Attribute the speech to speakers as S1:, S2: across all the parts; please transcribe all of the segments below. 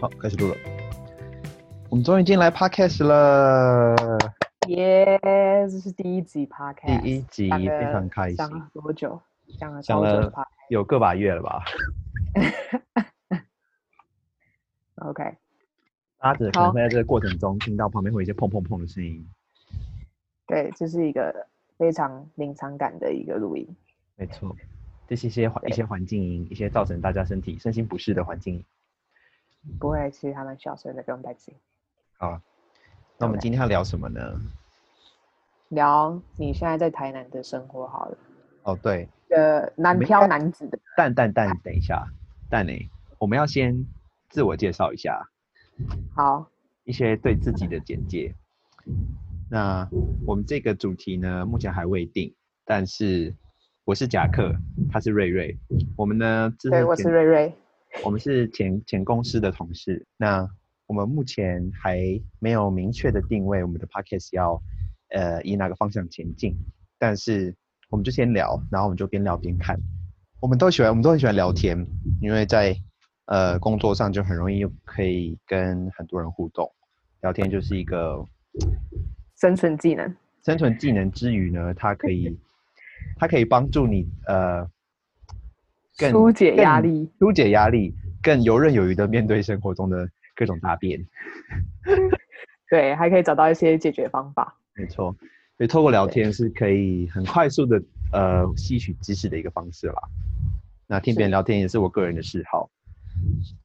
S1: 好，开始录了。我们终于进来 podcast 了，
S2: 耶！这是第一集 podcast，
S1: 第一集
S2: 大概
S1: 非常开心
S2: 讲了多久？讲了
S1: 讲
S2: 多久
S1: 了
S2: 的 podcast？
S1: 有个把月了吧？
S2: OK，
S1: 大家只可能
S2: 好
S1: 会在这个过程中听到旁边会有一些砰砰砰的声音，
S2: 对，这是一个非常临场感的一个录音。
S1: 没错，这是一些环一
S2: 对
S1: 些环境音，一些造成大家身体身心不适的环境音。
S2: 不会，其实他们小声的，不用担心。
S1: 好啊，那我们
S2: OK
S1: 今天要聊什么呢？
S2: 聊你现在在台南的生活好了，
S1: 哦，对，
S2: 呃，南
S1: 没
S2: 漂男子的，
S1: 蛋蛋蛋，等一下，蛋呢？我们要先自我介绍一下，
S2: 好，
S1: 一些对自己的简介。那我们这个主题呢，目前还未定，但是我是夹克，他是瑞瑞，我们呢，这
S2: 对，我是
S1: 前
S2: 瑞瑞，
S1: 我们是前前公司的同事。那我们目前还没有明确的定位我们的 podcast 要呃以哪个方向前进，但是我们就先聊，然后我们就边聊边看。我们都喜欢，我们都很喜欢聊天，因为在呃工作上就很容易可以跟很多人互动，聊天就是一个
S2: 生存技能，
S1: 生存技能之余呢，它可以它可以帮助你呃更
S2: 疏解压
S1: 更
S2: 力。
S1: 疏解压力，更游刃有余的面对生活中的各种大变。
S2: 对，还可以找到一些解决方法。
S1: 没错，所以透过聊天是可以很快速的呃吸取知识的一个方式啦。那听别人
S2: 是
S1: 聊天也是我个人的嗜好。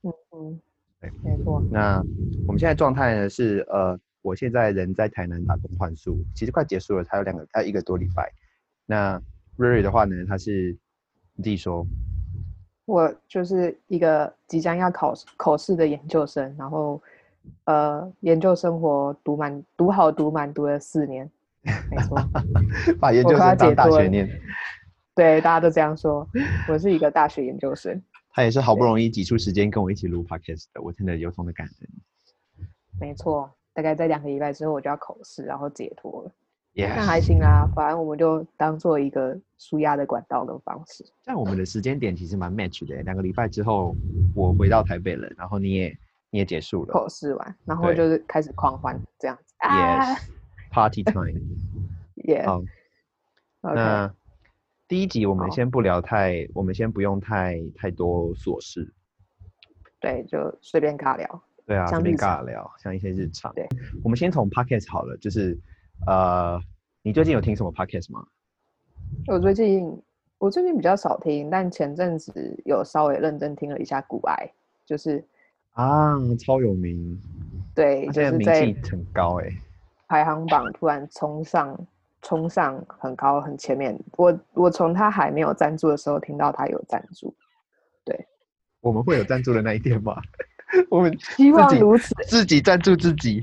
S2: 嗯嗯
S1: 对，
S2: 没错。
S1: 那我们现在状态呢是呃，我现在人在台南打工换宿，其实快结束了，才有两个，还有一个多礼拜。那瑞瑞的话呢，他是你自己说，
S2: 我就是一个即将要考口试的研究生，然后呃，研究生活读满读好读满读了四年，没错，
S1: 把研
S2: 我
S1: 究生
S2: 快要
S1: 当
S2: 解
S1: 大
S2: 脱
S1: 学
S2: 了
S1: 念，
S2: 对，大家都这样说。我是一个大学研究生，
S1: 他也是好不容易挤出时间跟我一起录 podcast 的，我真的由衷的感恩。
S2: 没错，大概在两个礼拜之后我就要口试，然后解脱了，
S1: 也
S2: 那还行啦，反正我们就当做一个舒压的管道跟方式。
S1: 但我们的时间点其实蛮 match 的耶，欸两个礼拜之后我回到台北了，然后你也你也结束了
S2: 口试完，然后
S1: 对
S2: 就是开始狂欢这样子啊
S1: ，Yes，Party Time。
S2: 耶
S1: 好，
S2: ，OK，
S1: 那第一集我们
S2: 好
S1: 先不聊太，我们先不用太太多琐事，
S2: 对，就随便尬聊，
S1: 对啊，
S2: 像
S1: 随便
S2: 日常
S1: 尬聊，像一些日常。
S2: 对，
S1: 我们先从 podcast 好了，就是呃，你最近有听什么 podcast 吗？
S2: 我最近我最近比较少听，但前阵子有稍微认真听了一下古埃，就是
S1: 啊，超有名，
S2: 对，
S1: 他
S2: 就
S1: 现在
S2: 是
S1: 名
S2: 在
S1: 气哦很高哎。
S2: 排行榜突然冲上冲上很高很前面。我我从他还没有赞助的时候听到他有赞助，
S1: 我们会有赞助的那一天 吗？我们
S2: 希望
S1: 自己
S2: 如此，
S1: 自己赞助自己。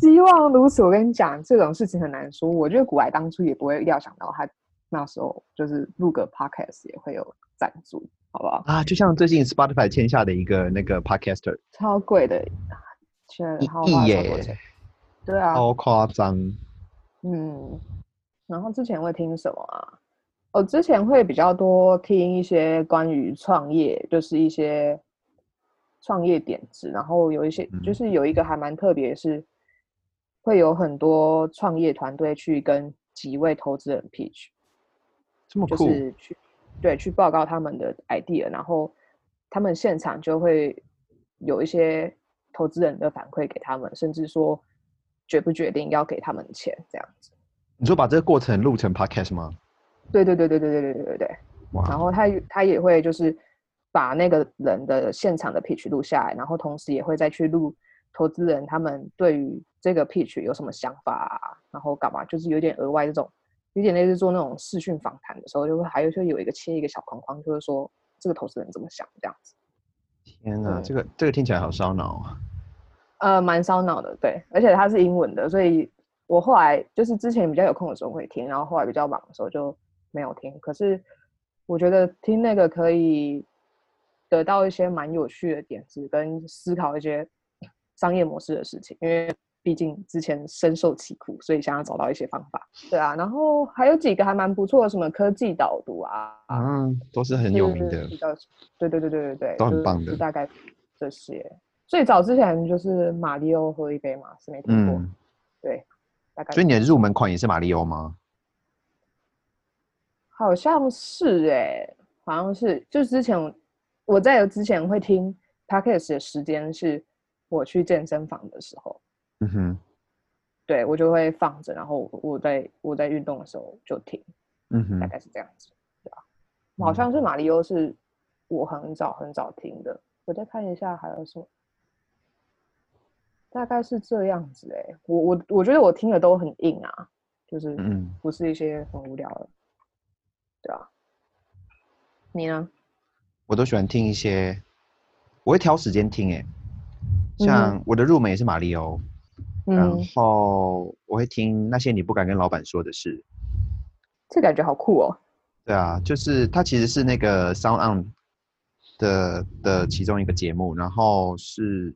S2: 希望如此。我跟你讲，这种事情很难说。我觉得古埃当初也不会料想到他那时候就是录个 podcast 也会有赞助，好不好？
S1: 啊，就像最近 Spotify 签下的一个那个 podcaster，
S2: 超贵的，现在
S1: 一
S2: 然后
S1: 亿
S2: 花了超多
S1: 耶哦
S2: 钱。对啊，
S1: 超夸张。
S2: 嗯，然后之前会听什么啊？我之前会比较多听一些关于创业，就是一些创业点子，然后有一些
S1: 嗯
S2: 就是有一个还蛮特别的是，会有很多创业团队去跟几位投资人 pitch，
S1: 这么
S2: 就
S1: 酷，
S2: 是去对去报告他们的 idea，然后他们现场就会有一些投资人的反馈给他们，甚至说决不决定要给他们钱这样子。
S1: 你说把这个过程录成 podcast 吗？
S2: 对对对对对对对对对对。然
S1: 哇，
S2: 后他也他也会就是把那个人的现场的 pitch 录下来，然后同时也会再去录投资人他们对于这个 pitch 有什么想法啊，然后干嘛，就是有点额外这种，有点类似做那种视讯访谈的时候，就会还有就有一个切一个小框框，就是说这个投资人怎么想这样子，
S1: 天哪，
S2: 嗯
S1: 这个这个听起来好烧脑啊！
S2: 呃，蛮烧脑的，对，而且它是英文的，所以我后来就是之前比较有空的时候会听，然后后来比较忙的时候就没有听。可是我觉得听那个可以得到一些蛮有趣的点子，跟思考一些商业模式的事情，因为毕竟之前深受其苦，所以想要找到一些方法。对啊，然后还有几个还蛮不错的，什么科技导读啊，
S1: 啊，都是很
S2: 就
S1: 有名
S2: 是
S1: 的
S2: 比。较对对对对对对，
S1: 都很
S2: 就是
S1: 棒的
S2: 大概这些。最早之前就是马里奥喝一杯嘛，是没听过，
S1: 嗯，
S2: 对，大概
S1: 所以你的入门款也是马里奥吗？
S2: 好像是哎、好像是，就是之前我在之前会听 podcast 的时间是我去健身房的时候，
S1: 嗯哼，
S2: 对我就会放着，然后我我在我在运动的时候就听，
S1: 嗯
S2: 大
S1: 哼，
S2: 概是这样子，对吧、
S1: 嗯
S2: 好像是马里欧是我很早很早听的，我再看一下还有什么，大概是这样子哎、我我我觉得我听的都很硬啊，就是
S1: 嗯，
S2: 不是一些很无聊的，对啊。你呢？
S1: 我都喜欢听一些，我会挑时间听诶，
S2: 嗯哼
S1: 像我的入门也是马里奥，然
S2: 嗯，
S1: 后我会听那些你不敢跟老板说的事。
S2: 这感觉好酷哦。
S1: 对啊，就是它其实是那个 Sound On 的的其中一个节目，然后是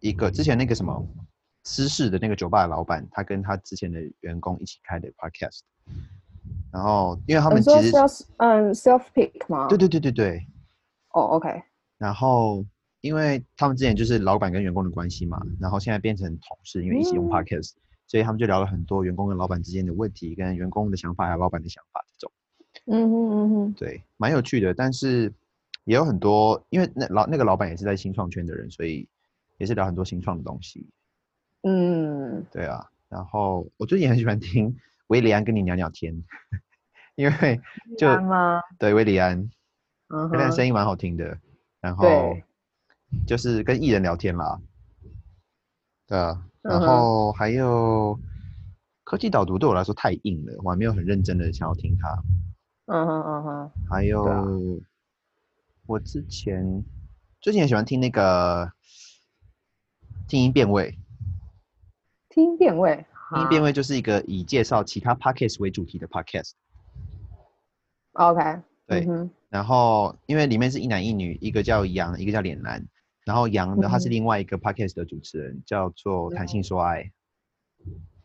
S1: 一个之前那个什么私事的那个酒吧的老板，他跟他之前的员工一起开的 podcast，然后因为他
S2: 你
S1: 们其
S2: 说
S1: 实
S2: self 嗯 self pick 吗？
S1: 对对对对对，
S2: 哦，OK，
S1: 然后因为他们之前就是老板跟员工的关系嘛，然后现在变成同事，因为一起用
S2: 嗯
S1: podcast，、所以他们就聊了很多员工跟老板之间的问题，跟员工的想法还有老板的想法这种。
S2: 嗯哼嗯哼，
S1: 对，蛮有趣的，但是也有很多，因为那老那个老板也是在新创圈的人，所以也是聊很多新创的东西。
S2: 嗯，
S1: 对啊，然后我最近很喜欢听维里安跟你聊聊天，因为就
S2: 安吗？
S1: 对维里安，
S2: 啊嗯
S1: 维里安
S2: 哼，
S1: 声音蛮好听的，然后
S2: 对
S1: 就是跟艺人聊天啦。对啊，然
S2: 嗯哼
S1: 后还有科技导读对我来说太硬了，我还没有很认真的想要听它。
S2: 嗯哼嗯哼，
S1: 还有、
S2: 啊
S1: 我之前最近也喜欢听那个听音辨位，
S2: 听辨位，
S1: 听音
S2: 哈
S1: 辨位就是一个以介绍其他 podcast 为主题的 podcast。
S2: ，OK，
S1: 对
S2: 嗯哼
S1: 然后因为里面是一男一女，一个叫杨，一个叫脸男。然后杨呢，他是
S2: 嗯啊
S1: 另外一个 podcast 的主持人，叫做谈性说爱。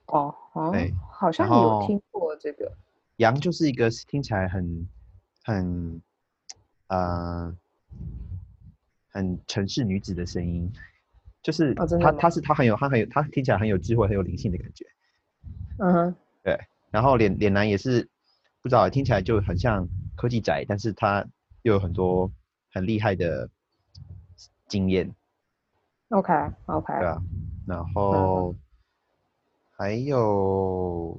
S2: 哦，哦
S1: 对，
S2: 好像
S1: 然后
S2: 有听过这个，
S1: 杨就是一个听起来很很呃很城市女子的声音，就是
S2: 哦真的
S1: 她
S2: 吗
S1: 她是她很有她很有她听起来很有智慧很有灵性的感觉。
S2: 嗯哼，
S1: 然后脸脸男也是不知道听起来就很像科技宅，但是他又有很多很厉害的经验，
S2: OK OK，
S1: 对啊，然后还有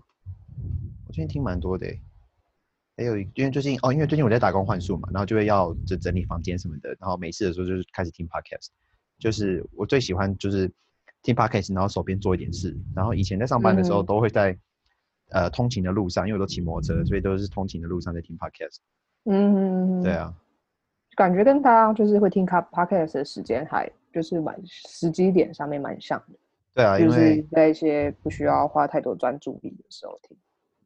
S1: 我最近听蛮多的欸，还有一因为最近哦，因为最近我在打工换宿嘛，然后就会要就整理房间什么的，然后没事的时候就是开始听 podcast，就是我最喜欢就是听 podcast，然后手边做一点事，然后以前在上班的时候
S2: 嗯
S1: 都会在、呃通勤的路上，因为我都骑摩托车，所以都是通勤的路上在听 podcast，
S2: 嗯哼嗯哼，
S1: 对，啊，
S2: 感觉跟大家就是会听 pod- podcast 的时间还就是蛮时机点上面蛮像的，
S1: 对啊，因
S2: 就
S1: 为
S2: 是在一些不需要花太多专注力的时候听。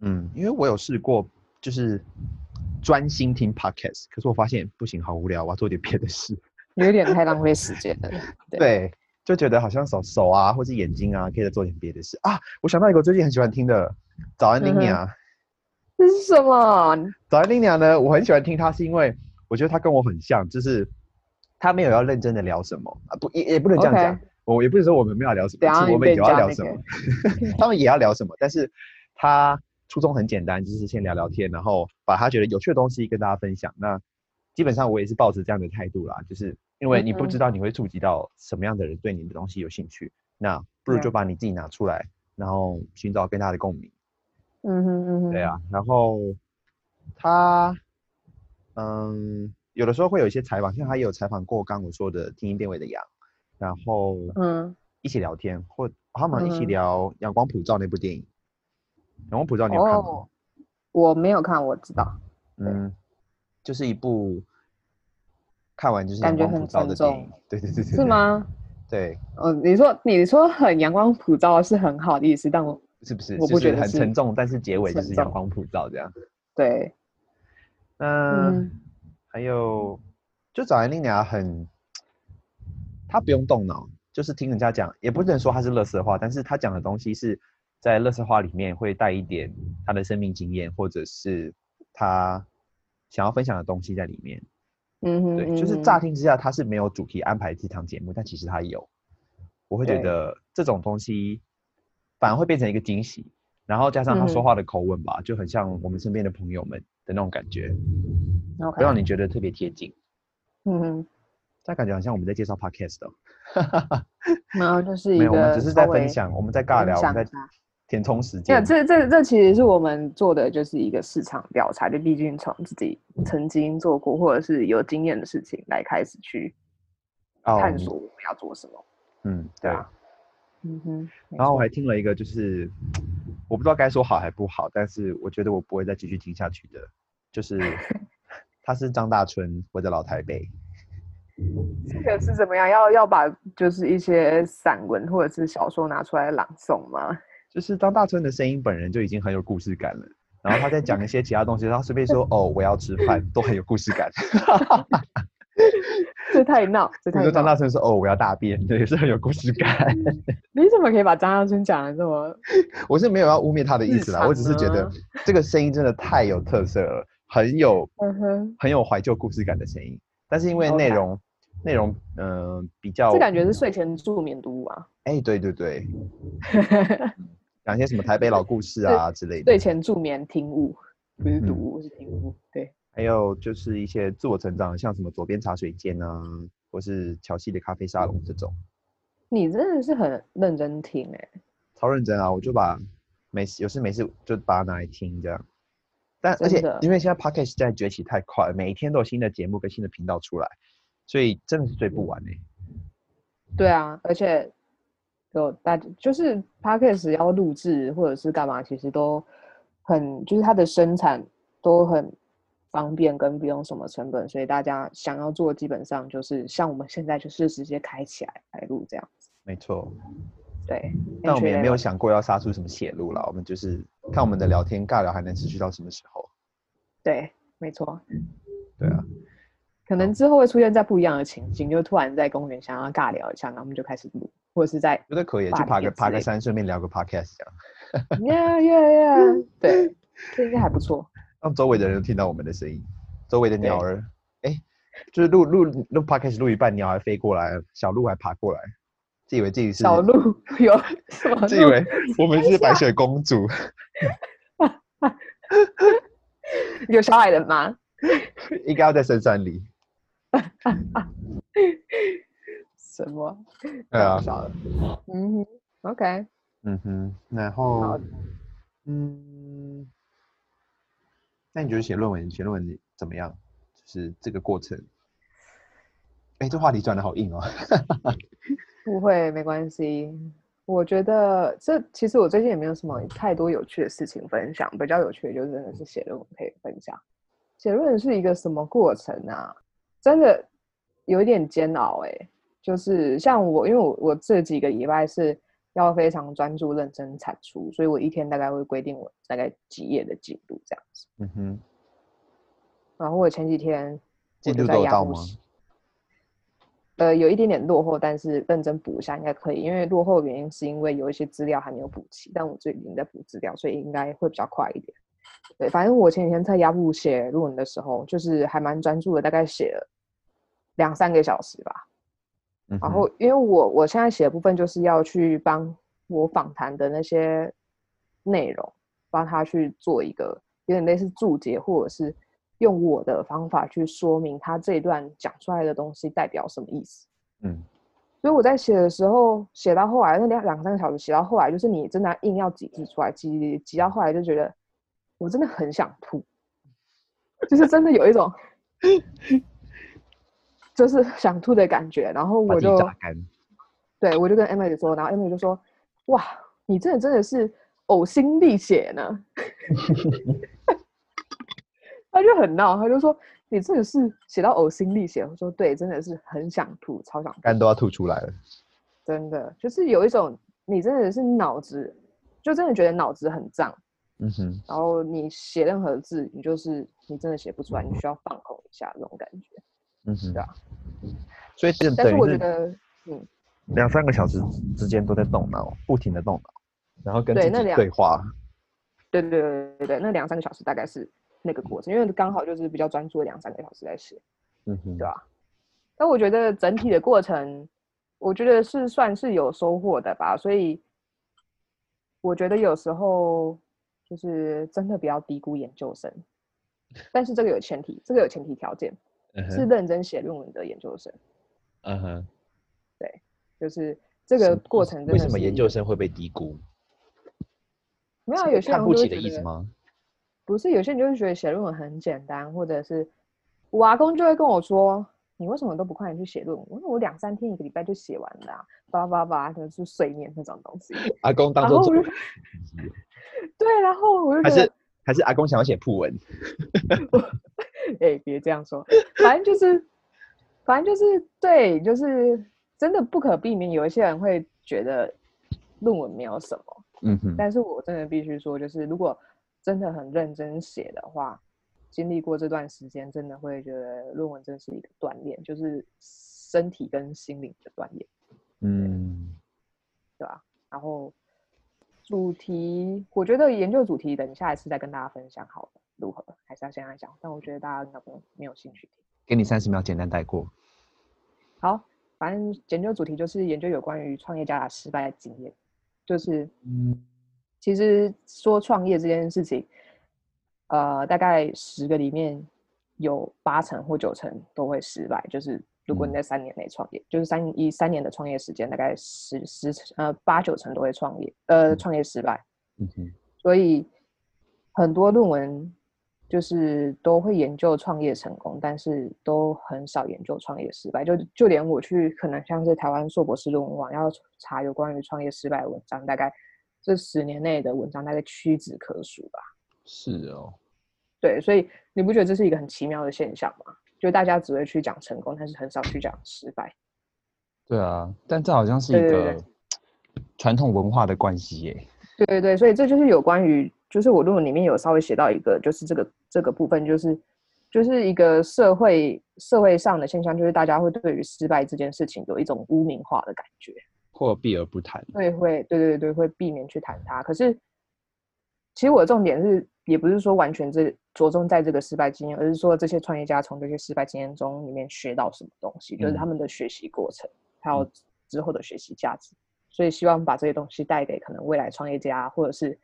S1: 嗯，因为我有试过，就是专心听 podcast，可是我发现不行，好无聊，我要做点别的事。
S2: 有点太浪费时间 了。对
S1: 对，就觉得好像手手啊，或是眼睛啊，可以再做点别的事啊。我想到一个我最近很喜欢听的《早安啊
S2: 嗯
S1: 林
S2: 哼
S1: 鸟》，《
S2: 这是什么？
S1: 早安林鸟》呢，我很喜欢听它，是因为我觉得它跟我很像，就是它没有要认真的聊什么啊，不也也不能这样
S2: OK
S1: 讲我也不是说我们没有要聊什
S2: 等一
S1: 么，
S2: 下
S1: 是我
S2: 你
S1: 们
S2: 被
S1: 有要
S2: 加
S1: 聊
S2: 那
S1: 什么
S2: 个，
S1: 他们也要聊什么，但是他初衷很简单，就是先聊聊天，然后把他觉得有趣的东西跟大家分享。那基本上我也是抱着这样的态度啦，就是因为你
S2: 嗯
S1: 不知道你会触及到什么样的人对你的东西有兴趣，那不如就把你自己拿出来，然后寻找跟他的共鸣。
S2: 嗯哼嗯哼，
S1: 对，啊，然后他，嗯，有的时候会有一些采访，像他也有采访过刚我说的听音辨位的羊，然后
S2: 嗯
S1: 一起聊天，或他们一起
S2: 嗯
S1: 聊《阳光普照》那部电影。《阳光普照》你有看吗？
S2: 哦，我没有看，我知道，
S1: 嗯，就是一部看完就是《阳
S2: 感觉
S1: 光普
S2: 很
S1: 照》
S2: 沉
S1: 的电影
S2: 重。
S1: 对对对对，
S2: 是？吗？
S1: 对，
S2: 哦，你说你说很阳光普照是很好的意思，但我
S1: 不是不是，
S2: 我
S1: 就
S2: 不
S1: 是
S2: 觉得
S1: 很
S2: 是
S1: 沉重，但是结尾就是
S2: 沉
S1: 《阳
S2: 重
S1: 光普照》这样。
S2: 对，
S1: 嗯，
S2: 嗯
S1: 还有就找安妮娅很，她不用动脑，就是听人家讲，也不能说她是乐色话，但是她讲的东西是在乐色话里面会带一点她的生命经验，或者是她想要分享的东西在里面。
S2: 嗯哼，
S1: 对，就是
S2: 嗯哼
S1: 乍听之下它是没有主题安排这档节目，但其实它有。我会觉
S2: 对
S1: 得这种东西反而会变成一个惊喜，然后加上他说
S2: 嗯
S1: 话的口吻吧，就很像我们身边的朋友们的那种感觉，
S2: ，OK，
S1: 会让你觉得特别贴近。
S2: 嗯哼，
S1: 但感觉好像我们在介绍 podcast 哦，
S2: 然后就是一
S1: 没有，我们
S2: 个
S1: 只是
S2: 稍
S1: 在
S2: 微
S1: 分享，我们在尬
S2: 分
S1: 聊，我
S2: 享
S1: 们在
S2: 一下
S1: 填充时
S2: 那
S1: 间。
S2: 这这这其实是我们做的，就是一个市场调查，就毕竟从自己曾经做过或者是有经验的事情来开始去
S1: 哦
S2: 探索我们要做什么。
S1: 嗯，对
S2: 对。啊嗯哼，没
S1: 然后我
S2: 错
S1: 还听了一个，就是我不知道该说好还不好，但是我觉得我不会再继续听下去的，就是 他是张大春，我的老台北。
S2: 这个是怎么样？要要把就是一些散文或者是小说拿出来朗诵吗？
S1: 就是张大春的声音本人就已经很有故事感了，然后他在讲一些其他东西，他随便说哦我要吃饭，都很有故事 感。
S2: 这太闹，这
S1: 比
S2: 太
S1: 如说张
S2: 闹！
S1: 大春说哦我要大便，对，也是很有故事感。
S2: 你怎么可以把张大春讲的这么
S1: 我是没有要污蔑他的意思啦，我只是觉得
S2: 日
S1: 这个声音真的太有特色了，很有
S2: 嗯哼？
S1: 很有怀旧故事感的声音。但是因为内
S2: OK
S1: 容内容嗯、呃比较
S2: 这感觉是睡前助眠读物啊，
S1: 哎、对对对， 讲一些什么台北老故事啊之类的，
S2: 睡前助眠听物，不是读
S1: 嗯
S2: 物，是听物。对，
S1: 还有就是一些自我成长，像什么左边茶水间啊，或是乔西的咖啡沙龙这种，
S2: 你真的是很认真听哎、
S1: 超认真啊！我就把每次有事没事就把它拿来听这样。但而
S2: 真
S1: 且
S2: 的
S1: 因为现在 podcast 现在崛起太快，每一天都有新的节目跟新的频道出来，所以真的是追不完哎、
S2: 对啊，而且有大家就是 podcast 要录制或者是干嘛，其实都很就是它的生产都很方便跟不用什么成本，所以大家想要做，基本上就是像我们现在就是直接开起来来录这样。
S1: 没错，
S2: 哎对，
S1: 但我们也
S2: entry
S1: 没有
S2: level
S1: 想过要杀出什么血路啦，我们就是看我们的聊天尬聊还能持续到什么时候。
S2: 对，没错，
S1: 对啊，
S2: 可能之后会出现在不一样的情境，就突然在公园想要尬聊一下，然后我们就开始录，或者是在
S1: 觉得可以，
S2: 霸
S1: 去爬
S2: 凌
S1: 个
S2: 之
S1: 爬个
S2: 类的
S1: 山，顺便聊个 podcast 这样。
S2: yeah yeah yeah，对，这应该还不错。
S1: 让周围的人听到我们的声音，周围的鸟
S2: 对
S1: 儿，哎、就是录录录 podcast 录一半，鸟还飞过来，小鹿还爬过来，自以为自己是
S2: 小鹿 有什么 鹿？
S1: 自以为我们是白雪公主，
S2: 有小矮人吗？
S1: 应该要在深山里。
S2: 什么？
S1: 对啊，
S2: 少了。嗯哼，OK，
S1: 嗯哼，然
S2: 好
S1: 后，嗯，那你觉得写论文写论文怎么样？就是这个过程？哎、这话题转的好硬哦。
S2: 不会，没关系。我觉得这其实我最近也没有什么太多有趣的事情分享，比较有趣的就真的是写论文可以分享。写论文是一个什么过程啊？真的有一点煎熬哎、就是像我，因为我我这几个礼拜是要非常专注、认真产出，所以我一天大概会规定我大概几页的进度这样子。
S1: 嗯哼，
S2: 然后我前几天我
S1: 进
S2: 就
S1: 度
S2: 在
S1: 都有
S2: 雅
S1: 到
S2: 虎
S1: 吗？
S2: 写呃，有一点点落后，但是认真补一下应该可以。因为落后的原因是因为有一些资料还没有补齐，但我最近在补资料，所以应该会比较快一点。对，反正我前几天在雅虎写论文的时候，就是还蛮专注的，大概写了两三个小时吧。
S1: 嗯
S2: 然
S1: 哼
S2: 后，因为我我现在写的部分就是要去帮我访谈的那些内容，帮他去做一个有点类似注解，或者是用我的方法去说明他这一段讲出来的东西代表什么意思。
S1: 嗯，
S2: 所以我在写的时候，写到后来那两两三个小时，写到后来就是你真的硬要挤挤出来，挤挤到后来就觉得我真的很想吐，就是真的有一种 就是想吐的感觉。然后
S1: 把
S2: 我
S1: 自
S2: 就
S1: 己榨干。
S2: 对我就跟 Emily 说，然后 Emily 就说：“哇，你真的真的是呕心沥血呢。”他就很闹，他就说：“你真的是写到呕心沥血。”我说：“对，真的是很想吐，超想吐。”
S1: 肝都要吐出来了。
S2: 真的就是有一种你真的是脑子，就真的觉得脑子很胀，
S1: 嗯哼，
S2: 然后你写任何字，你就是你真的写不出来，你需要放空一下那种感觉。
S1: 嗯哼，
S2: 对啊。
S1: 所以这
S2: 但
S1: 等
S2: 是我
S1: 于
S2: 觉
S1: 是
S2: 得，嗯，
S1: 两三个小时之间都在动脑，不停的动脑，然后跟
S2: 对
S1: 自
S2: 那
S1: 己
S2: 两
S1: 对话。
S2: 对对对对对，那两三个小时大概是那个过程，因为刚好就是比较专注的两三个小时在写。
S1: 嗯哼，
S2: 对吧、但我觉得整体的过程，我觉得是算是有收获的吧。所以我觉得有时候就是真的不要低估研究生，但是这个有前提，这个有前提条件
S1: 嗯
S2: 是
S1: 哼，
S2: 认真写论文的研究生，
S1: 嗯哼，
S2: 就是这个
S1: 什么
S2: 过程真的
S1: 为什么
S2: 是
S1: 研究生会被低估？
S2: 没有
S1: 是
S2: 啊
S1: 被
S2: 有些
S1: 看
S2: 人
S1: 不
S2: 就
S1: 起
S2: 会
S1: 的
S2: 觉
S1: 意思
S2: 得
S1: 吗？
S2: 不是，有些人就会觉得写论文很简单，或者是我阿公就会跟我说：“你为什么都不快点去写论文？”我说：“我两三天一个礼拜就写完了、啊，叭叭叭，就是碎念那种东西。
S1: 阿公”当
S2: 然
S1: 做
S2: 后我
S1: 作
S2: 就
S1: 文，
S2: 对，啊然后我就
S1: 还
S2: 觉得
S1: 是还是阿公想要写铺文？
S2: 哎、别这样说，反正就是，反正就是对，就是真的不可避免，有一些人会觉得论文没有什么。
S1: 嗯哼，
S2: 但是我真的必须说，就是如果真的很认真写的话，经历过这段时间，真的会觉得论文真是一个锻炼，就是身体跟心灵的锻炼，
S1: 嗯，
S2: 对吧？然后主题，我觉得研究主题，等下一次再跟大家分享好了，如何？还是要现在讲，但我觉得大家应该不用没有兴趣听。
S1: 给你三十秒简单带过。
S2: 好，反正研究主题就是研究有关于创业家的失败的经验，就是
S1: 嗯
S2: 其实说创业这件事情，呃，大概十个里面有八成或九成都会失败。就是如果你
S1: 嗯
S2: 在三年内创业，就是三一三年的创业时间，大概十十呃八九成都会创业，呃，
S1: 嗯
S2: 创业失败。
S1: 嗯哼，
S2: 所以很多论文就是都会研究创业成功，但是都很少研究创业失败。就就连我去可能像是台湾硕博士论文网要查有关于创业失败的文章，大概这十年内的文章大概屈指可数吧。
S1: 是哦，
S2: 对，所以你不觉得这是一个很奇妙的现象吗？就大家只会去讲成功，但是很少去讲失败。
S1: 对啊，但这好像是
S2: 对
S1: 一
S2: 对对
S1: 个传统文化的关系耶。
S2: 对对对，所以这就是有关于，就是我论文里面有稍微写到一个，就是这个这个部分，就是就是一个社会社会上的现象，就是大家会对于失败这件事情有一种污名化的感觉，
S1: 或避而不谈。
S2: 所以会对对对会避免去谈它。可是，其实我的重点是，也不是说完全这着重在这个失败经验，而是说这些创业家从这些失败经验中里面学到什么东西，就是他
S1: 嗯
S2: 们的学习过程，还有之后的学习价值。所以希望把这些东西带给可能未来创业家，或者是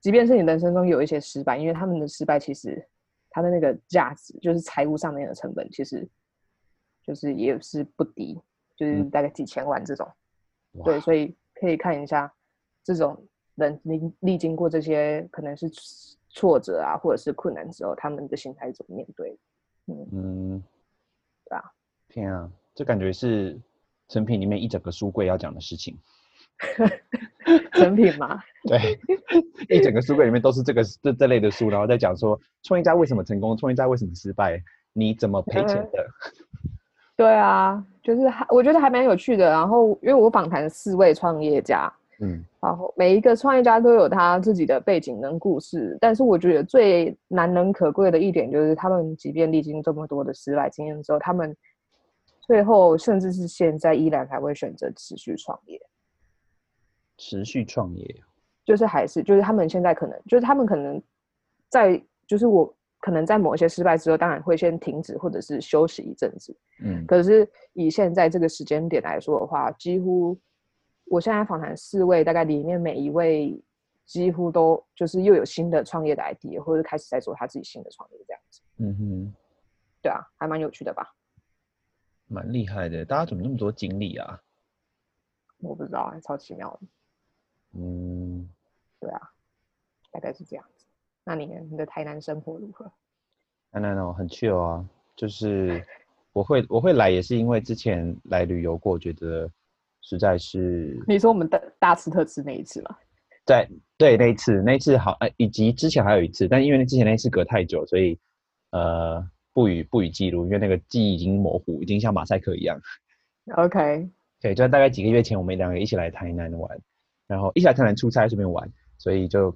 S2: 即便是你人生中有一些失败，因为他们的失败其实他的那个价值，就是财务上面的成本，其实就是也是不低，就是
S1: 嗯
S2: 大概几千万这种。
S1: 哇
S2: 对，所以可以看一下这种人历历经过这些可能是挫折啊，或者是困难之后，他们的心态是怎么面对的。嗯，
S1: 嗯，
S2: 对啊，
S1: 天啊，这感觉是成品里面一整个书柜要讲的事情。
S2: 成品嘛，
S1: 对，一整个书柜里面都是这个这这类的书，然后再讲说创业家为什么成功，创业家为什么失败，你怎么赔钱的。
S2: 对啊，就是还我觉得还蛮有趣的。然后因为我访谈四位创业家，
S1: 嗯
S2: 然后每一个创业家都有他自己的背景跟故事，但是我觉得最难能可贵的一点就是，他们即便历经这么多的失败经验之后，他们最后甚至是现在依然还会选择持续创业，
S1: 持续创业，
S2: 就是还是就是他们现在可能就是他们可能在就是我可能在某一些失败之后，当然会先停止或者是休息一阵子，
S1: 嗯
S2: 可是以现在这个时间点来说的话，几乎我现在访谈四位，大概里面每一位几乎都就是又有新的创业的 idea，或者开始在做他自己新的创业这样子。
S1: 嗯哼，
S2: 对啊，还蛮有趣的吧？
S1: 蛮厉害的，大家怎么那么多精力啊？
S2: 我不知道，啊超奇妙的。
S1: 嗯，
S2: 对啊，大概是这样子。那你呢？你的台南生活如何？
S1: 当然了，很 chill 啊，就是我会我会来也是因为之前来旅游过，觉得实在是
S2: 你说我们大大吃特吃那一次嘛？
S1: 在对那一次，那一次好，呃，以及之前还有一次，但因为那之前那一次隔太久，所以呃不予不予记录，因为那个记忆已经模糊，已经像马赛克一样。
S2: OK，
S1: 对，就大概几个月前，我们两个一起来台南玩，然后一起来台南出差顺便玩，所以就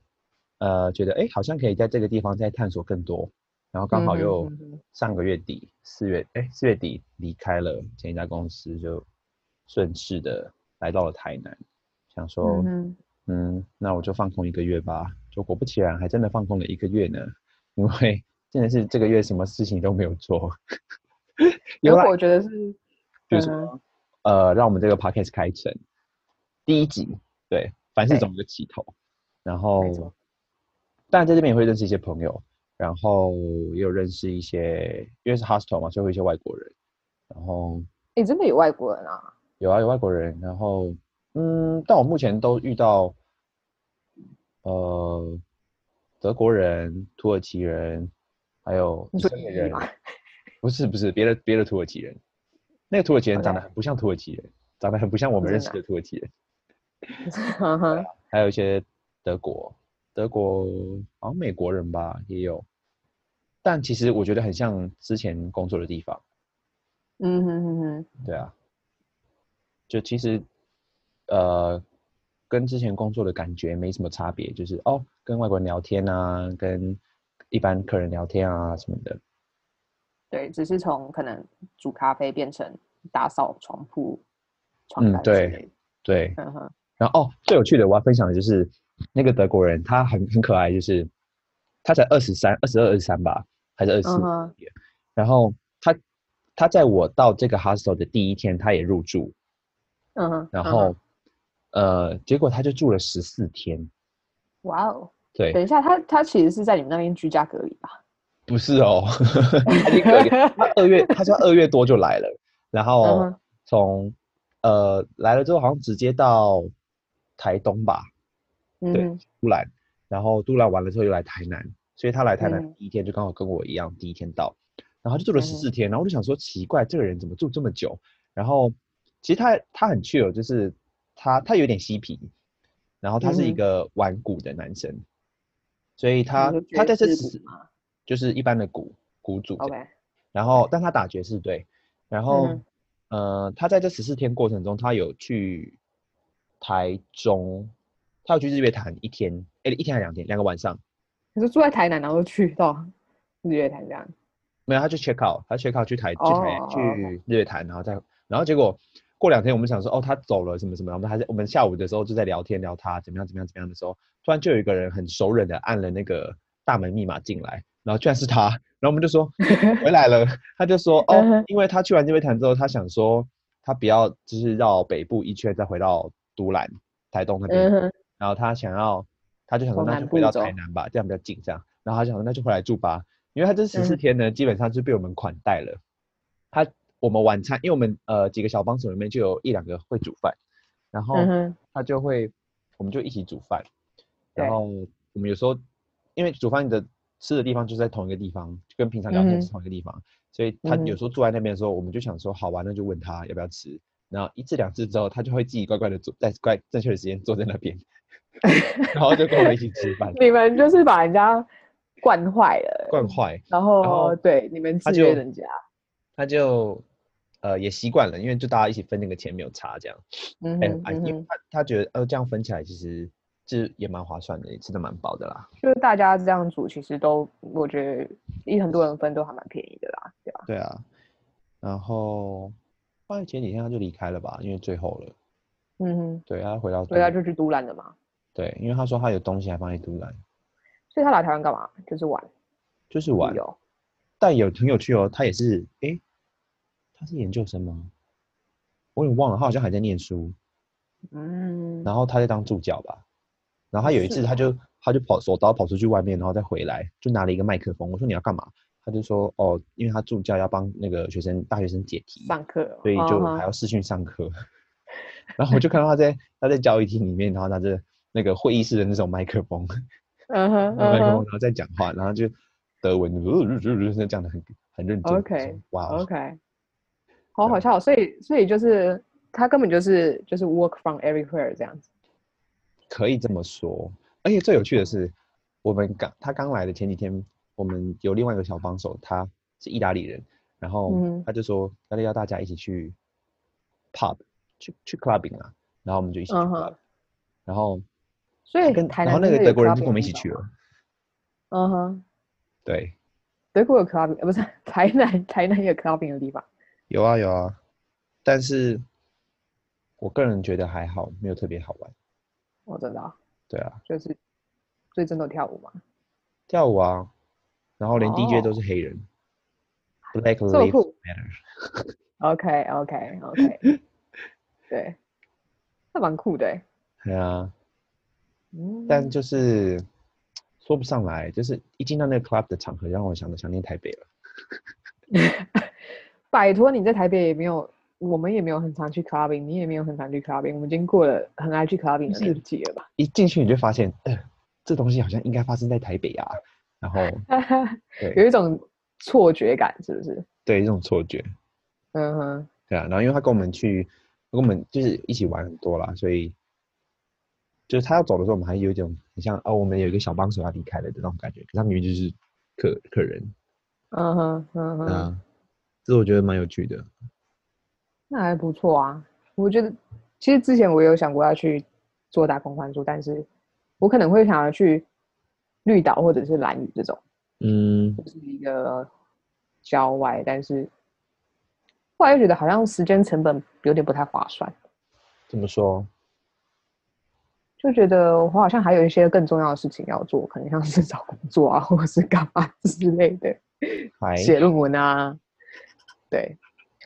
S1: 呃觉得哎，诶好像可以在这个地方再探索更多，然后刚好
S2: 嗯哼
S1: 又
S2: 嗯哼
S1: 上个月底四月哎四月底离开了前一家公司，就顺势的来到了台南，想说
S2: 嗯哼，
S1: 嗯，那我就放空一个月吧。就果不其然，还真的放空了一个月呢，因为真的是这个月什么事情都没有做。
S2: 如
S1: 有啦
S2: 果啊我觉得是，
S1: 就是说、
S2: 嗯
S1: 呃，让我们这个 podcast 开成第一集，对，凡事
S2: 对
S1: 总有个起头。然后
S2: 没错，
S1: 当然在这边也会认识一些朋友，然后也有认识一些，因为是 hostel 嘛，所以会有一些外国人。然后
S2: 你真的有外国人啊？
S1: 有啊，有外国人。然后，嗯，但我目前都遇到，呃，德国人、土耳其人，还有以
S2: 你说
S1: 色列
S2: 移民
S1: 人
S2: 吗。
S1: 不是不是，别的别的土耳其人，那个土耳其人长得
S2: OK
S1: 很不像土耳其人，长得很不像我们
S2: 真
S1: 认
S2: 的啊
S1: 识的土耳其人。
S2: 哈哈，
S1: 还有一些德国，德国好像美国人吧也有，但其实我觉得很像之前工作的地方。
S2: 嗯哼哼哼，
S1: 对啊，就其实，呃，跟之前工作的感觉没什么差别，就是哦，跟外国人聊天啊，跟一般客人聊天啊什么的，
S2: 对，只是从可能煮咖啡变成打扫床铺、床
S1: 嗯
S2: 单之
S1: 对
S2: 类的，
S1: 对。
S2: 嗯哼，
S1: 然后哦，最有趣的我要分享的就是那个德国人，他很很可爱，就是他才二十三、二十二、二十三吧，还是二十四
S2: 嗯？哼，
S1: 然后他他在我到这个 hostel 的第一天，他也入住，
S2: 嗯哼，
S1: 然
S2: 嗯哼
S1: 后、呃，结果他就住了十四天，
S2: 哇哦，
S1: 对，
S2: 等一下，他他其实是在你们那边居家隔离吧？
S1: 不是 哦，他已经隔离 他二月，他说二月多就来了，然后
S2: 嗯哼
S1: 从呃来了之后，好像直接到台东吧，
S2: 嗯
S1: 对
S2: 哼，
S1: 都兰，然后都兰完了之后又来台南，所以他来台南
S2: 嗯
S1: 第一天就刚好跟我一样，第一天到，然后他就住了
S2: 嗯
S1: 十四天，然后我就想说奇怪，这个人怎么住这么久？然后其实他他很 chill，就是他他有点嬉皮，然后他是一
S2: 嗯哼
S1: 个玩鼓的男生，所以他
S2: 你说
S1: 他在这
S2: 爵士鼓
S1: 十
S2: 吗
S1: 就是一般的鼓鼓组这样
S2: ，OK，
S1: 然后但他打爵士队，然后、
S2: 嗯
S1: 呃，他在这十四天过程中，他有去台中，他有去日月潭一天，哎，一天还两天，两个晚上，
S2: 你说住在台南，然后去到日月潭这样，
S1: 没有，他去 check out，他 check out 去台去台、
S2: 哦
S1: 去日月潭，然后再然后结果过两天我们想说哦他走了什么什么，我们还在我们下午的时候就在聊天聊他怎么样怎么样怎么样的时候，突然就有一个人很熟人的按了那个大门密码进来，然后居然是他，然后我们就 说回来了，他就说
S2: 嗯
S1: 哦
S2: 哼，
S1: 因为他去完日月潭之后，他想说他不要就是绕北部一圈再回到都兰台东那边，
S2: 嗯哼，
S1: 然后他想要，他就想说
S2: 从
S1: 那
S2: 南
S1: 就
S2: 部
S1: 回到
S2: 走
S1: 台南吧，这样比较近这样。然后他想说那就回来住吧，因为他这十四
S2: 嗯
S1: 天呢，基本上就被我们款待了。他我们晚餐，因为我们呃几个小帮手里面就有一两个会煮饭，然后
S2: 嗯哼，
S1: 他就会我们就一起煮饭，然
S2: 对
S1: 后我们有时候因为煮饭的吃的地方就是在同一个地方，就跟平常聊天
S2: 嗯
S1: 是
S2: 哼
S1: 同一个地方，所以他有
S2: 嗯
S1: 时候住在那边的时候，我们就想说好玩，那就问他要不要吃。然后一次两次之后，他就会自己乖乖的坐在乖正确的时间坐在那 边，然后就跟我们一起吃饭，
S2: 你们就是把人家惯坏了，
S1: 惯坏。
S2: 然
S1: 后
S2: 后哦对你们
S1: 他
S2: 制约
S1: 就
S2: 人家，
S1: 他就呃也习惯了，因为就大家一起分那个钱没有差这样。
S2: 嗯
S1: 哎、
S2: 哼
S1: 啊
S2: 嗯
S1: 因为
S2: 哼，
S1: 他他觉得呃这样分起来其实这也蛮划算的，也吃的蛮饱的啦。
S2: 就是大家这样煮，其实都我觉得一很多人分都还蛮便宜的啦，对吧？
S1: 对啊，然后后来前几天他就离开了吧，因为最后了。
S2: 嗯哼，
S1: 对，他回到
S2: 所以他
S1: 都
S2: 啊就去都兰了嘛，
S1: 对，因为他说他有东西还放在都兰，
S2: 所以他来台湾干嘛？就是玩
S1: 就是
S2: 旅
S1: 玩。
S2: 游，
S1: 但有很有趣哦，他也是诶，他是研究生吗？我有点忘了，他好像还在念书，
S2: 嗯，
S1: 然后他在当助教吧。然后他有一
S2: 是
S1: 次他
S2: 哦
S1: 就他就跑手刀跑出去外面，然后再回来，就拿了一个麦克风。我说你要干嘛？他就说哦，因为他助教要帮那个学生大学生解题，
S2: 上课，
S1: 所以就
S2: 嗯哼
S1: 还要视讯上课。 然后我就看到他在他在交易厅里面，然后拿着那个会议室的那种麦克 风，
S2: 嗯哼
S1: 麦
S2: 嗯
S1: 克风，
S2: 哼
S1: 然后在讲话，然后就德文，就是讲的很很认真。我说
S2: OK，
S1: 哇哦，
S2: ，OK，好
S1: 对
S2: 好笑哦，所以所以就是他根本就是就是 work from everywhere 这样子，
S1: 可以这么说。而且最有趣的是，我们刚他刚来的前几天，我们有另外一个小帮手，他是意大利人，然后
S2: 嗯
S1: 他就说要要大家一起去 pub 去去 clubbing 啊，然后我们就一起去
S2: 嗯
S1: club，、
S2: 哼
S1: 然后
S2: 所以
S1: 啊跟
S2: 台
S1: 然后
S2: 南
S1: 那个
S2: 真的
S1: 德
S2: 有
S1: 国人就
S2: clubbing
S1: 跟我们一
S2: 那
S1: 起
S2: 种
S1: 去
S2: 吗
S1: 了，
S2: 嗯哼，
S1: 对。
S2: 德国有 clubbing，呃不是 台南台南有 clubbing 的地方，
S1: 有啊有啊，但是我个人觉得还好，没有特别好玩。
S2: 我知道，
S1: 对啊，
S2: 哦就是所以真的有跳舞嘛，
S1: 跳舞啊，然后连 DJ
S2: 哦
S1: 都是黑人， Black
S2: 这么
S1: Lives
S2: 酷
S1: Matter。
S2: OK OK OK，对，那蛮酷的欸。
S1: 对啊，
S2: 嗯，
S1: 但就是说不上来，就是一进到那个 club 的场合，让我想到想念台北了。
S2: 拜托你在台北也没有，我们也没有很常去 clubbing，你也没有很常去 clubbing，我们已经过了很爱去 clubbing 的
S1: 是
S2: 年纪了吧？
S1: 一进去你就发现，呃，这东西好像应该发生在台北啊。然 后
S2: 有
S1: 对
S2: 一种错觉感，是不是？
S1: 对这种错觉，
S2: 嗯哼，
S1: 对啊。然后因为他跟我们去，跟我们就是一起玩很多啦，所以就是他要走的时候，我们还有一种很像哦，我们有一个小帮手要离开了的那种感觉。可是他明明就是客客人，
S2: 嗯哼，嗯
S1: 对
S2: 哼，
S1: 啊，这我觉得蛮有趣的。
S2: 那还不错啊。我觉得其实之前我也有想过要去做打工换宿，但是我可能会想要去绿岛或者是蓝屿这种。
S1: 嗯，
S2: 就是一个郊外，但是后来又觉得好像时间成本有点不太划算，
S1: 怎么说？
S2: 就觉得我好像还有一些更重要的事情要做，可能像是找工作啊，或者是干嘛之类的，
S1: 还
S2: 写论文啊，对。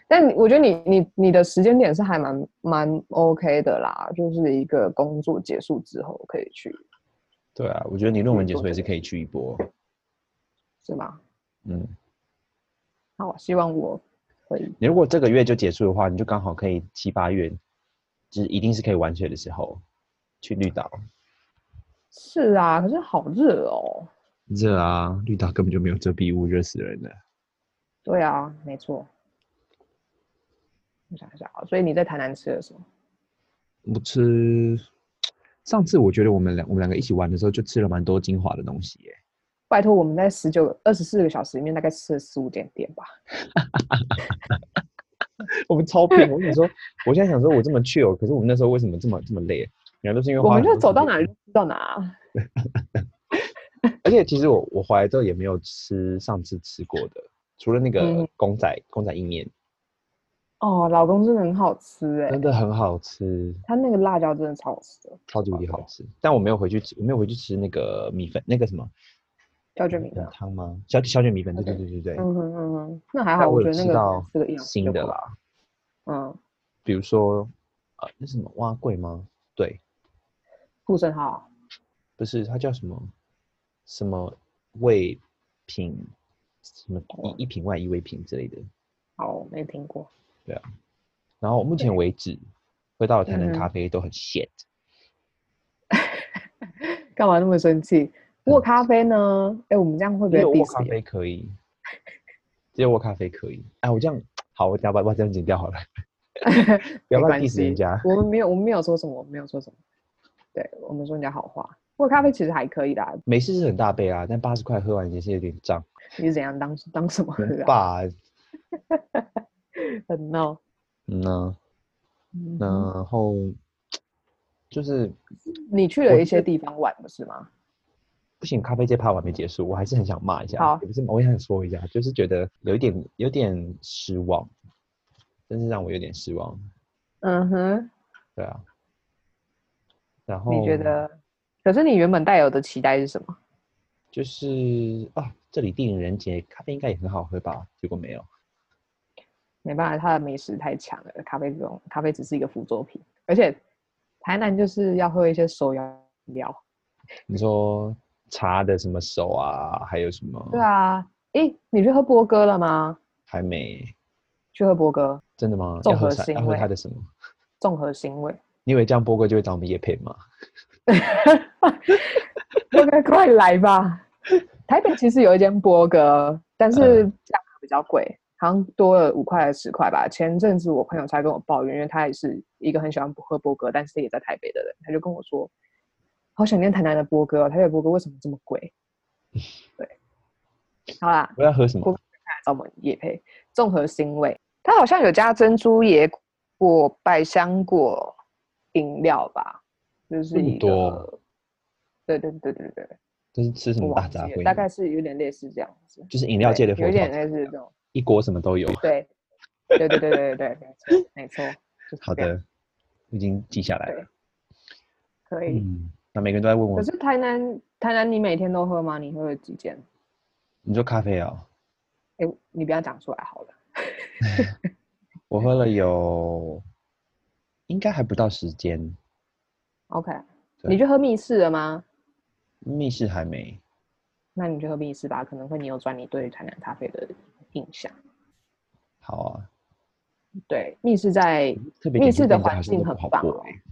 S2: 但我觉得你你你的时间点是还蛮蛮 OK 的啦，就是一个工作结束之后可以去，
S1: 对啊，我觉得你论文
S2: 去
S1: 结
S2: 做
S1: 束也
S2: 这
S1: 是可以去一波。
S2: 是吗？
S1: 嗯，
S2: 那我希望我可以
S1: 你如果这个月就结束的话，你就刚好可以七八月，就是一定是可以玩水的时候去绿岛。
S2: 是啊，可是好热哦。
S1: 热啊，绿岛根本就没有遮蔽物，热死人了。
S2: 对啊，没错。我想一下啊，所以你在台南吃了什么？
S1: 我吃，上次我觉得我们两我们两个一起玩的时候，就吃了蛮多精华的东西耶。
S2: 拜托，我们在十九二十四个小时里面大概吃了十五点点吧。
S1: 我们超拼，我想说，我现在想说我这么 chill，可是我们那时候为什么这么这么累？原来都是因为
S2: 我
S1: 花
S2: 们
S1: 了
S2: 就
S1: 很多
S2: 走到
S1: 时
S2: 哪
S1: 间
S2: 里就吃到哪啊。
S1: 而且其实我我回来之后也没有吃上次吃过的，除了那个
S2: 嗯
S1: 公仔、公仔意面，
S2: 哦，老公真的很好吃哎、
S1: 真的很好吃，
S2: 他那个辣椒真的超好吃的，
S1: 超级无敌好吃。但我没有回去吃，我没有回去吃那个米粉，那个什么
S2: 椒卷米
S1: 粉
S2: 粉。
S1: 汤吗？小小卷米粉，对对对对对。
S2: 嗯哼嗯哼，那还
S1: 但
S2: 好，我
S1: 我
S2: 觉
S1: 有
S2: 得那
S1: 吃
S2: 个
S1: 到
S2: 这个营养素
S1: 新
S2: 就
S1: 的
S2: 够了。
S1: 啦，
S2: 嗯，
S1: 比如说呃那什么蛙桂吗？对，
S2: 顾胜浩
S1: 不是它叫什么什么味品，什么一一品外一味品之类的。
S2: 哦，没听过。
S1: 然后目前为止，喝到的台南
S2: 嗯哼
S1: 咖啡都很 shit。
S2: 干嘛那么生气？不过
S1: 嗯
S2: 咖啡呢？哎、我们这样会不
S1: 只
S2: 会
S1: 有
S2: 逼
S1: 沃咖
S2: 死
S1: 啡可以，只有沃咖啡可以。哎，我这样好，我要把把这样剪掉好了，不要
S2: 没
S1: 乱
S2: 关
S1: diss
S2: 系，
S1: 人家。
S2: 我们没有，我们没有说什么，我们没有说什么。对我们说人家好话。不过咖啡其实还可以啦，
S1: 美式是很大杯啊，但八十块喝完也是有点 胀，
S2: 你是怎样当当什么
S1: 很
S2: 的、啊？
S1: 霸。
S2: 很闹。
S1: 嗯呐，
S2: 嗯哼
S1: 然后就是
S2: 你去
S1: 我
S2: 了
S1: 觉得
S2: 一些地方玩不是吗？
S1: 不行，咖啡这趴我还没结束，我还是很想骂一下
S2: 好，
S1: 也不是，我也想说一下，就是觉得有一点有点失望，真是让我有点失望。
S2: 嗯哼，
S1: 对啊，然后
S2: 你觉得？可是你原本带有的期待是什么？
S1: 就是啊，这里地灵人杰，咖啡应该也很好喝吧？结果没有。
S2: 没办法，它的美食太强了，咖啡这种咖啡只是一个辅佐品，而且台南就是要喝一些手摇饮料。
S1: 你说茶的什么手啊，还有什么？
S2: 对，啊，诶，你去喝波哥了吗？
S1: 还没。
S2: 去喝波哥，
S1: 真的吗？
S2: 综
S1: 要喝
S2: 合
S1: 啥？
S2: 腥
S1: 要喝
S2: 味
S1: 它的什么？
S2: 综合腥味。
S1: 你以为这样播过就会找我们叶配吗？
S2: 波哥快 来吧！台北其实有一间波哥，但是
S1: 嗯
S2: 价格比较贵，好像多了五块还是十块吧。前阵子我朋友才跟我抱怨，因为他也是一个很喜欢喝波哥，但是也在台北的人，他就跟我说，好想念台南的波哥、哦，台北波哥为什么这么贵？对，好啦，
S1: 我要喝什
S2: 我
S1: 么？
S2: 找我们叶配综合腥味，它好像有加珍珠野果、百香果饮料吧，就是
S1: 这么
S2: 一
S1: 多
S2: 个，对对对对对，
S1: 这是吃什嗯
S2: 我
S1: 么大
S2: 忘记
S1: 杂
S2: 了，
S1: 烩？
S2: 大概是有点类似这样子，
S1: 就是饮料界的
S2: 对
S1: 佛
S2: 有
S1: 跳
S2: 点
S1: 墙，
S2: 类似这种，
S1: 一锅什么都有。
S2: 对，对对对对对对，没错没错，就是
S1: 好
S2: 这样，
S1: 的，已经记下来
S2: 对
S1: 了。
S2: 可以。
S1: 嗯，那每个人都在问我
S2: 可，是台南台南你每天都喝吗？你喝了几间？
S1: 你说咖啡啊？
S2: 哎、你不要讲出来好了。
S1: 我喝了有，应该还不到时间，
S2: OK，
S1: 对
S2: 你去喝密室了吗？
S1: 密室还没。
S2: 那你去喝密室吧，可能会扭转你对台南咖啡的印象。
S1: 好啊，
S2: 对，密室在
S1: 特别
S2: 密
S1: 点
S2: 室
S1: 心
S2: 的
S1: 店家
S2: 环
S1: 好像
S2: 境
S1: 都不
S2: 很
S1: 好
S2: 棒
S1: 过
S2: 哦
S1: 欸。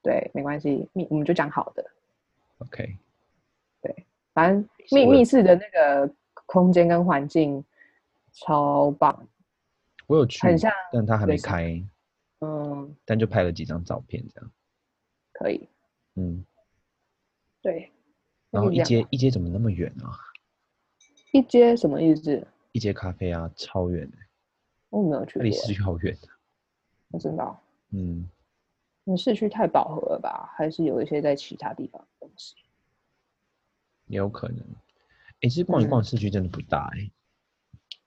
S2: 对，没关系，密我们就讲好的，
S1: OK，
S2: 反正
S1: 是
S2: 密
S1: 我
S2: 密室的那个空间跟环境超棒，
S1: 我有去，
S2: 很像
S1: 但他还没
S2: 对是
S1: 开，
S2: 嗯，
S1: 但就拍了几张照片这样。
S2: 可以，
S1: 嗯，
S2: 对。那
S1: 然后
S2: 就
S1: 一
S2: 这
S1: 街
S2: 样吧
S1: 一街怎么那么远啊？
S2: 一街什么意思？
S1: 一街咖啡啊，超远的、
S2: 我没有去
S1: 那
S2: 过
S1: 离，市区好远啊。
S2: 我知道。
S1: 嗯，
S2: 你市区太饱和了吧？还是有一些在其他地方的东西？
S1: 也有可能。哎、其实逛一
S2: 嗯
S1: 逛市区真的不大哎、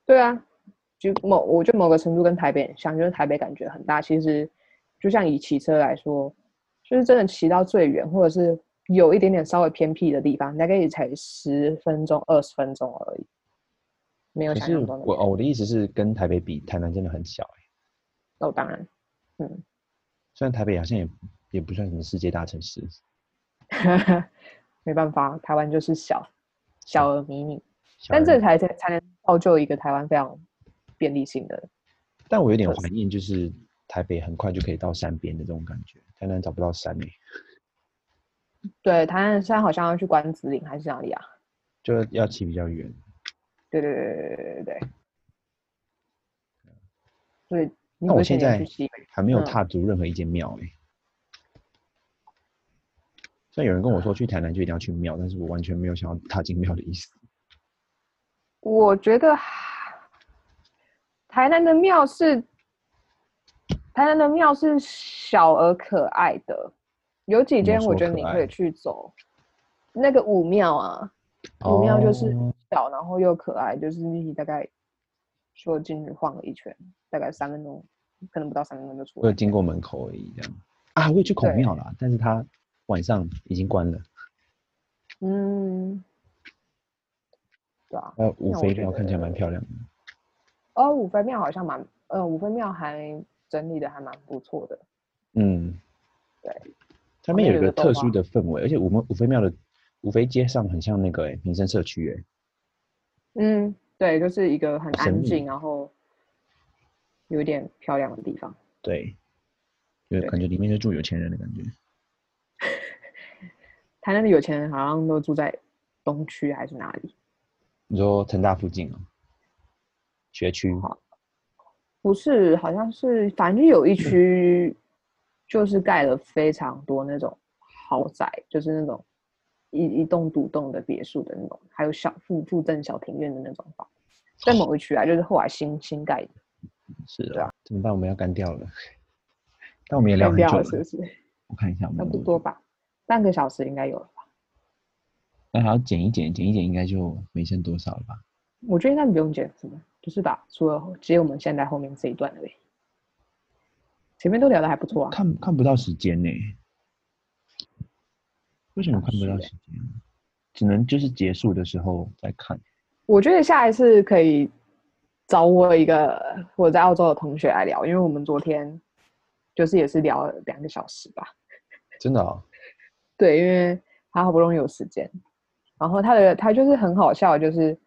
S2: 对啊，就某我觉得某个程度跟台北很像，就是台北感觉很大。其实就像以骑车来说，就是真的骑到最远，或者是有一点点稍微偏僻的地方，大概也才十分钟、二十分钟而已，没有
S1: 可
S2: 想
S1: 是
S2: 象中的
S1: 我哦，我的意思是跟台北比，台南真的很小哎、
S2: 那、哦、当然，
S1: 虽然台北好像也也不算什么世界大城市，
S2: 没办法，台湾就是小，小而迷你，
S1: 小
S2: 但
S1: 而
S2: 这
S1: 美
S2: 才才才能造就一个台湾非常便利性的。
S1: 但我有点
S2: 特
S1: 怀念，就是台北很快就可以到山边的这种感觉，台南找不到山哎、
S2: 对，台湾现在好像要去关子岭还是哪里啊？
S1: 就要骑比较远。
S2: 对对对对对对对。所以你
S1: 那
S2: 不
S1: 我
S2: 是
S1: 现
S2: 前年
S1: 在
S2: 去西北
S1: 还没有
S2: 嗯
S1: 踏足任何一间庙哎。虽然有人跟我说去台南就一定要去庙，但是我完全没有想要踏进庙的意思。
S2: 我觉得台南的庙是台南的庙是小而可爱的，有几间
S1: 怎么
S2: 我
S1: 说
S2: 觉得
S1: 可
S2: 你
S1: 爱
S2: 可以去走。那个武庙啊，武庙就是
S1: 哦
S2: 小，然后又可爱，就是你大概说进去晃了一圈，大概三分钟，可能不到三分钟就出
S1: 我
S2: 来
S1: 有。经过门口而已，这样啊，我也去孔
S2: 对
S1: 庙啦，但是它晚上已经关了。
S2: 嗯，对啊。
S1: 呃，五
S2: 那我
S1: 妃
S2: 觉
S1: 庙看起来蛮
S2: 得
S1: 漂亮的，
S2: 哦，五分庙好像蛮，呃，五分庙还整理的还蛮不错的。
S1: 嗯，
S2: 对，
S1: 他们
S2: 旁边
S1: 有一
S2: 有一
S1: 个
S2: 个豆
S1: 特殊
S2: 花
S1: 的氛围，而且五门五妃庙的五妃街上很像那个、欸、民生社区哎、
S2: 嗯，对，就是一个很
S1: 神
S2: 安
S1: 秘
S2: 静，然后有一点漂亮的地方。
S1: 对，就
S2: 对
S1: 感觉里面就住有钱人的感觉。
S2: 台南的有钱人好像都住在东区还是哪里？
S1: 你说成大附近哦，学区
S2: 好不是，好像是，反正就有一区就是盖了非常多那种豪宅，就是那种一一栋独栋的别墅的那种，还有小附附赠小庭院的那种房，在某一区啊，就是后来新新盖的。
S1: 是
S2: 对
S1: 的
S2: 啊，
S1: 怎么办？我们要干掉了，但我们也聊很
S2: 干掉
S1: 久
S2: 了是不
S1: 了，
S2: 是？
S1: 我看一下我们
S2: 差
S1: 有
S2: 不
S1: 久
S2: 多，吧，半个小时应该有了吧？
S1: 那还要剪一剪，剪一剪应该就没剩多少了吧？
S2: 我觉得应该不用剪什么，就是把除了只有我们现在后面这一段而已，前面都聊的还不错啊。
S1: 看看不到时间呢、为什么看不
S2: 是
S1: 到
S2: 欸
S1: 时间呢？只能就是结束的时候再看。
S2: 我觉得下一次可以找我一个我在澳洲的同学来聊，因为我们昨天就是也是聊了两个小时吧。
S1: 真的、
S2: 啊
S1: 哦，
S2: 对，因为他好不容易有时间，然后他的他就是很好笑，就是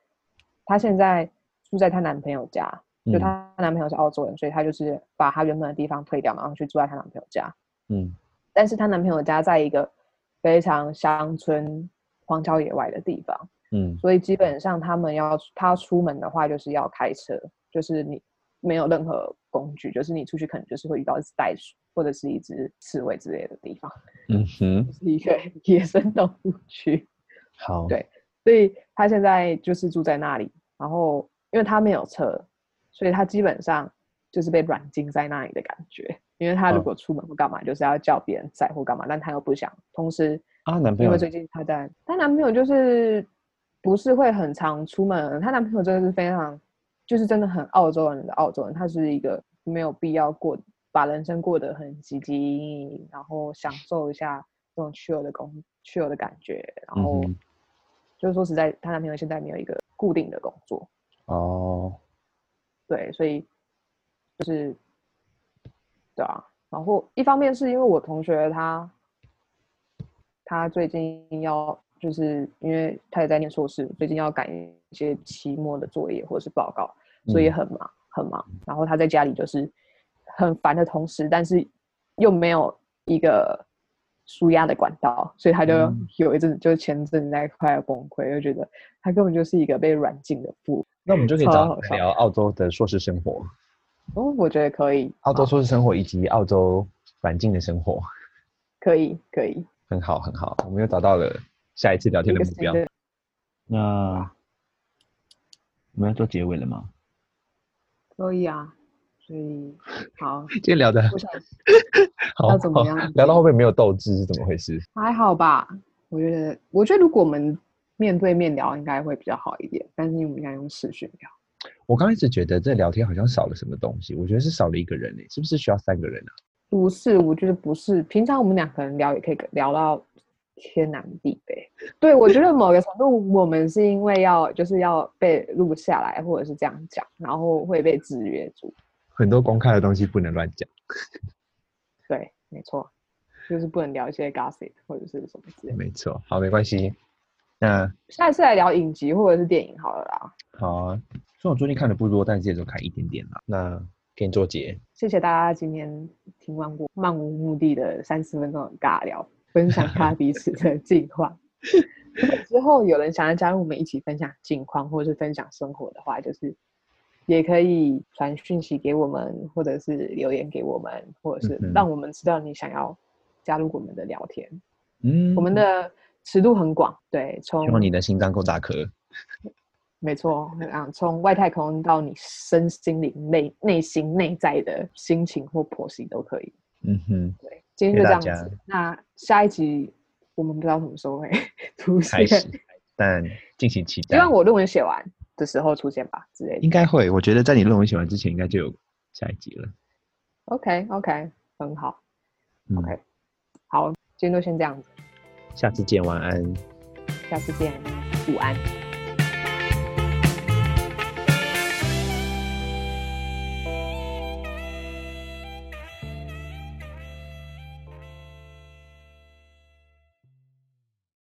S2: 她现在住在她男朋友家，就
S1: 嗯
S2: 她男朋友是澳洲人，所以她就是把她原本的地方退掉，然后去住在她男朋友家。
S1: 嗯，
S2: 但是她男朋友家在一个非常乡村、荒郊野外的地方，
S1: 嗯，
S2: 所以基本上他们要她出门的话，就是要开车，就是你没有任何工具，就是你出去可能就是会遇到一只袋鼠或者是一只刺猬之类的地方，
S1: 嗯哼
S2: 就，是一个野生动物区。
S1: 好，
S2: 对所以她现在就是住在那里，然后因为她没有车，所以她基本上就是被软禁在那里的感觉。因为她如
S1: 嗯
S2: 果出门或干嘛，就是要叫别人载或干嘛，但她又不想。同时，
S1: 啊，男朋
S2: 因
S1: 友
S2: 为最近她在，她男朋友就是不是会很常出门，啊她男朋友真的是非常，就是真的很澳洲人的澳洲人，他是一个没有必要过把人生过得很积极营营，然后享受一下这种去游的工去游的感觉，然
S1: 嗯
S2: 后
S1: 哼
S2: 就是说实在，她男朋友现在没有一个固定的工作，
S1: 哦，
S2: 对，所以就是对啊。然后一方面是因为我同学他他最近要就是因为他也在念硕士，最近要赶一些期末的作业或者是报告，所以
S1: 嗯
S2: 很忙、很忙。然后他在家里就是很烦的同时，但是又没有一个舒压的管道，所以他就
S1: 嗯
S2: 有一阵子就前阵子在快要崩溃，就觉得他根本就是一个被软禁的妇。
S1: 那我们就可以
S2: 超
S1: 找
S2: 好
S1: 他
S2: 笑
S1: 聊澳洲的硕士生活，
S2: 哦，我觉得可以，
S1: 澳洲
S2: 好
S1: 硕士生活以及澳洲环境的生活，
S2: 可以可以，
S1: 很好很好，我们又找到了下一次聊天
S2: 一
S1: 的
S2: 个
S1: 目标。
S2: 新的
S1: 那我们要做结尾了吗？
S2: 可以啊，所以好，
S1: 今天聊的
S2: 我想
S1: 好
S2: 要怎么
S1: 好
S2: 样
S1: 聊到后面没有斗志是怎么回事？
S2: 还好吧，我觉得，我觉得如果我们面对面聊，应该会比较好一点，但是我们应该用视讯聊。
S1: 我刚开始觉得这聊天好像少了什么东西，我觉得是少了一个人诶、欸是不是需要三个人啊？
S2: 不是，我觉得不是，平常我们两个人聊也可以聊到天南地北。对，我觉得某个程度，我们是因为要就是要被录下来，或者是这样讲，然后会被制约住。
S1: 很多公开的东西不能乱讲。
S2: 对，没错，就是不能聊一些 gossip 或者是什么之类的。
S1: 没错，好，没关系。那
S2: 下一次来聊影集或者是电影好了啦，
S1: 好啊，虽然我最近看的不多，但是也就看一点点啦。那给你做结，
S2: 谢谢大家今天听完我漫无目的的三十分钟的尬聊，分享他彼此 的近况。如果之后有人想要加入我们一起分享近况，或者是分享生活的话，就是也可以传讯息给我们，或者是留言给我们，或者是
S1: 嗯哼
S2: 让我们知道你想要加入我们的聊天。
S1: 嗯，
S2: 我们的尺度很广，对，从
S1: 希望你的心脏够大颗。
S2: 没错，啊，从外太空到你身心灵内内心内在的心情或婆媳都可以。
S1: 嗯哼，
S2: 对，今天就
S1: 谢谢
S2: 这
S1: 大
S2: 样子
S1: 家。
S2: 那下一集我们不知道什么时候会 出现
S1: 开，始， 但敬请期
S2: 希
S1: 待。
S2: 望我论文写完的时候出现吧之类的
S1: 应。该会，我觉得在你论文写完之前，应该就有下一集了。
S2: OK OK，很好。
S1: 嗯
S2: OK，好，今天就先这样子，
S1: 下次见，晚安。
S2: 下次见，午安，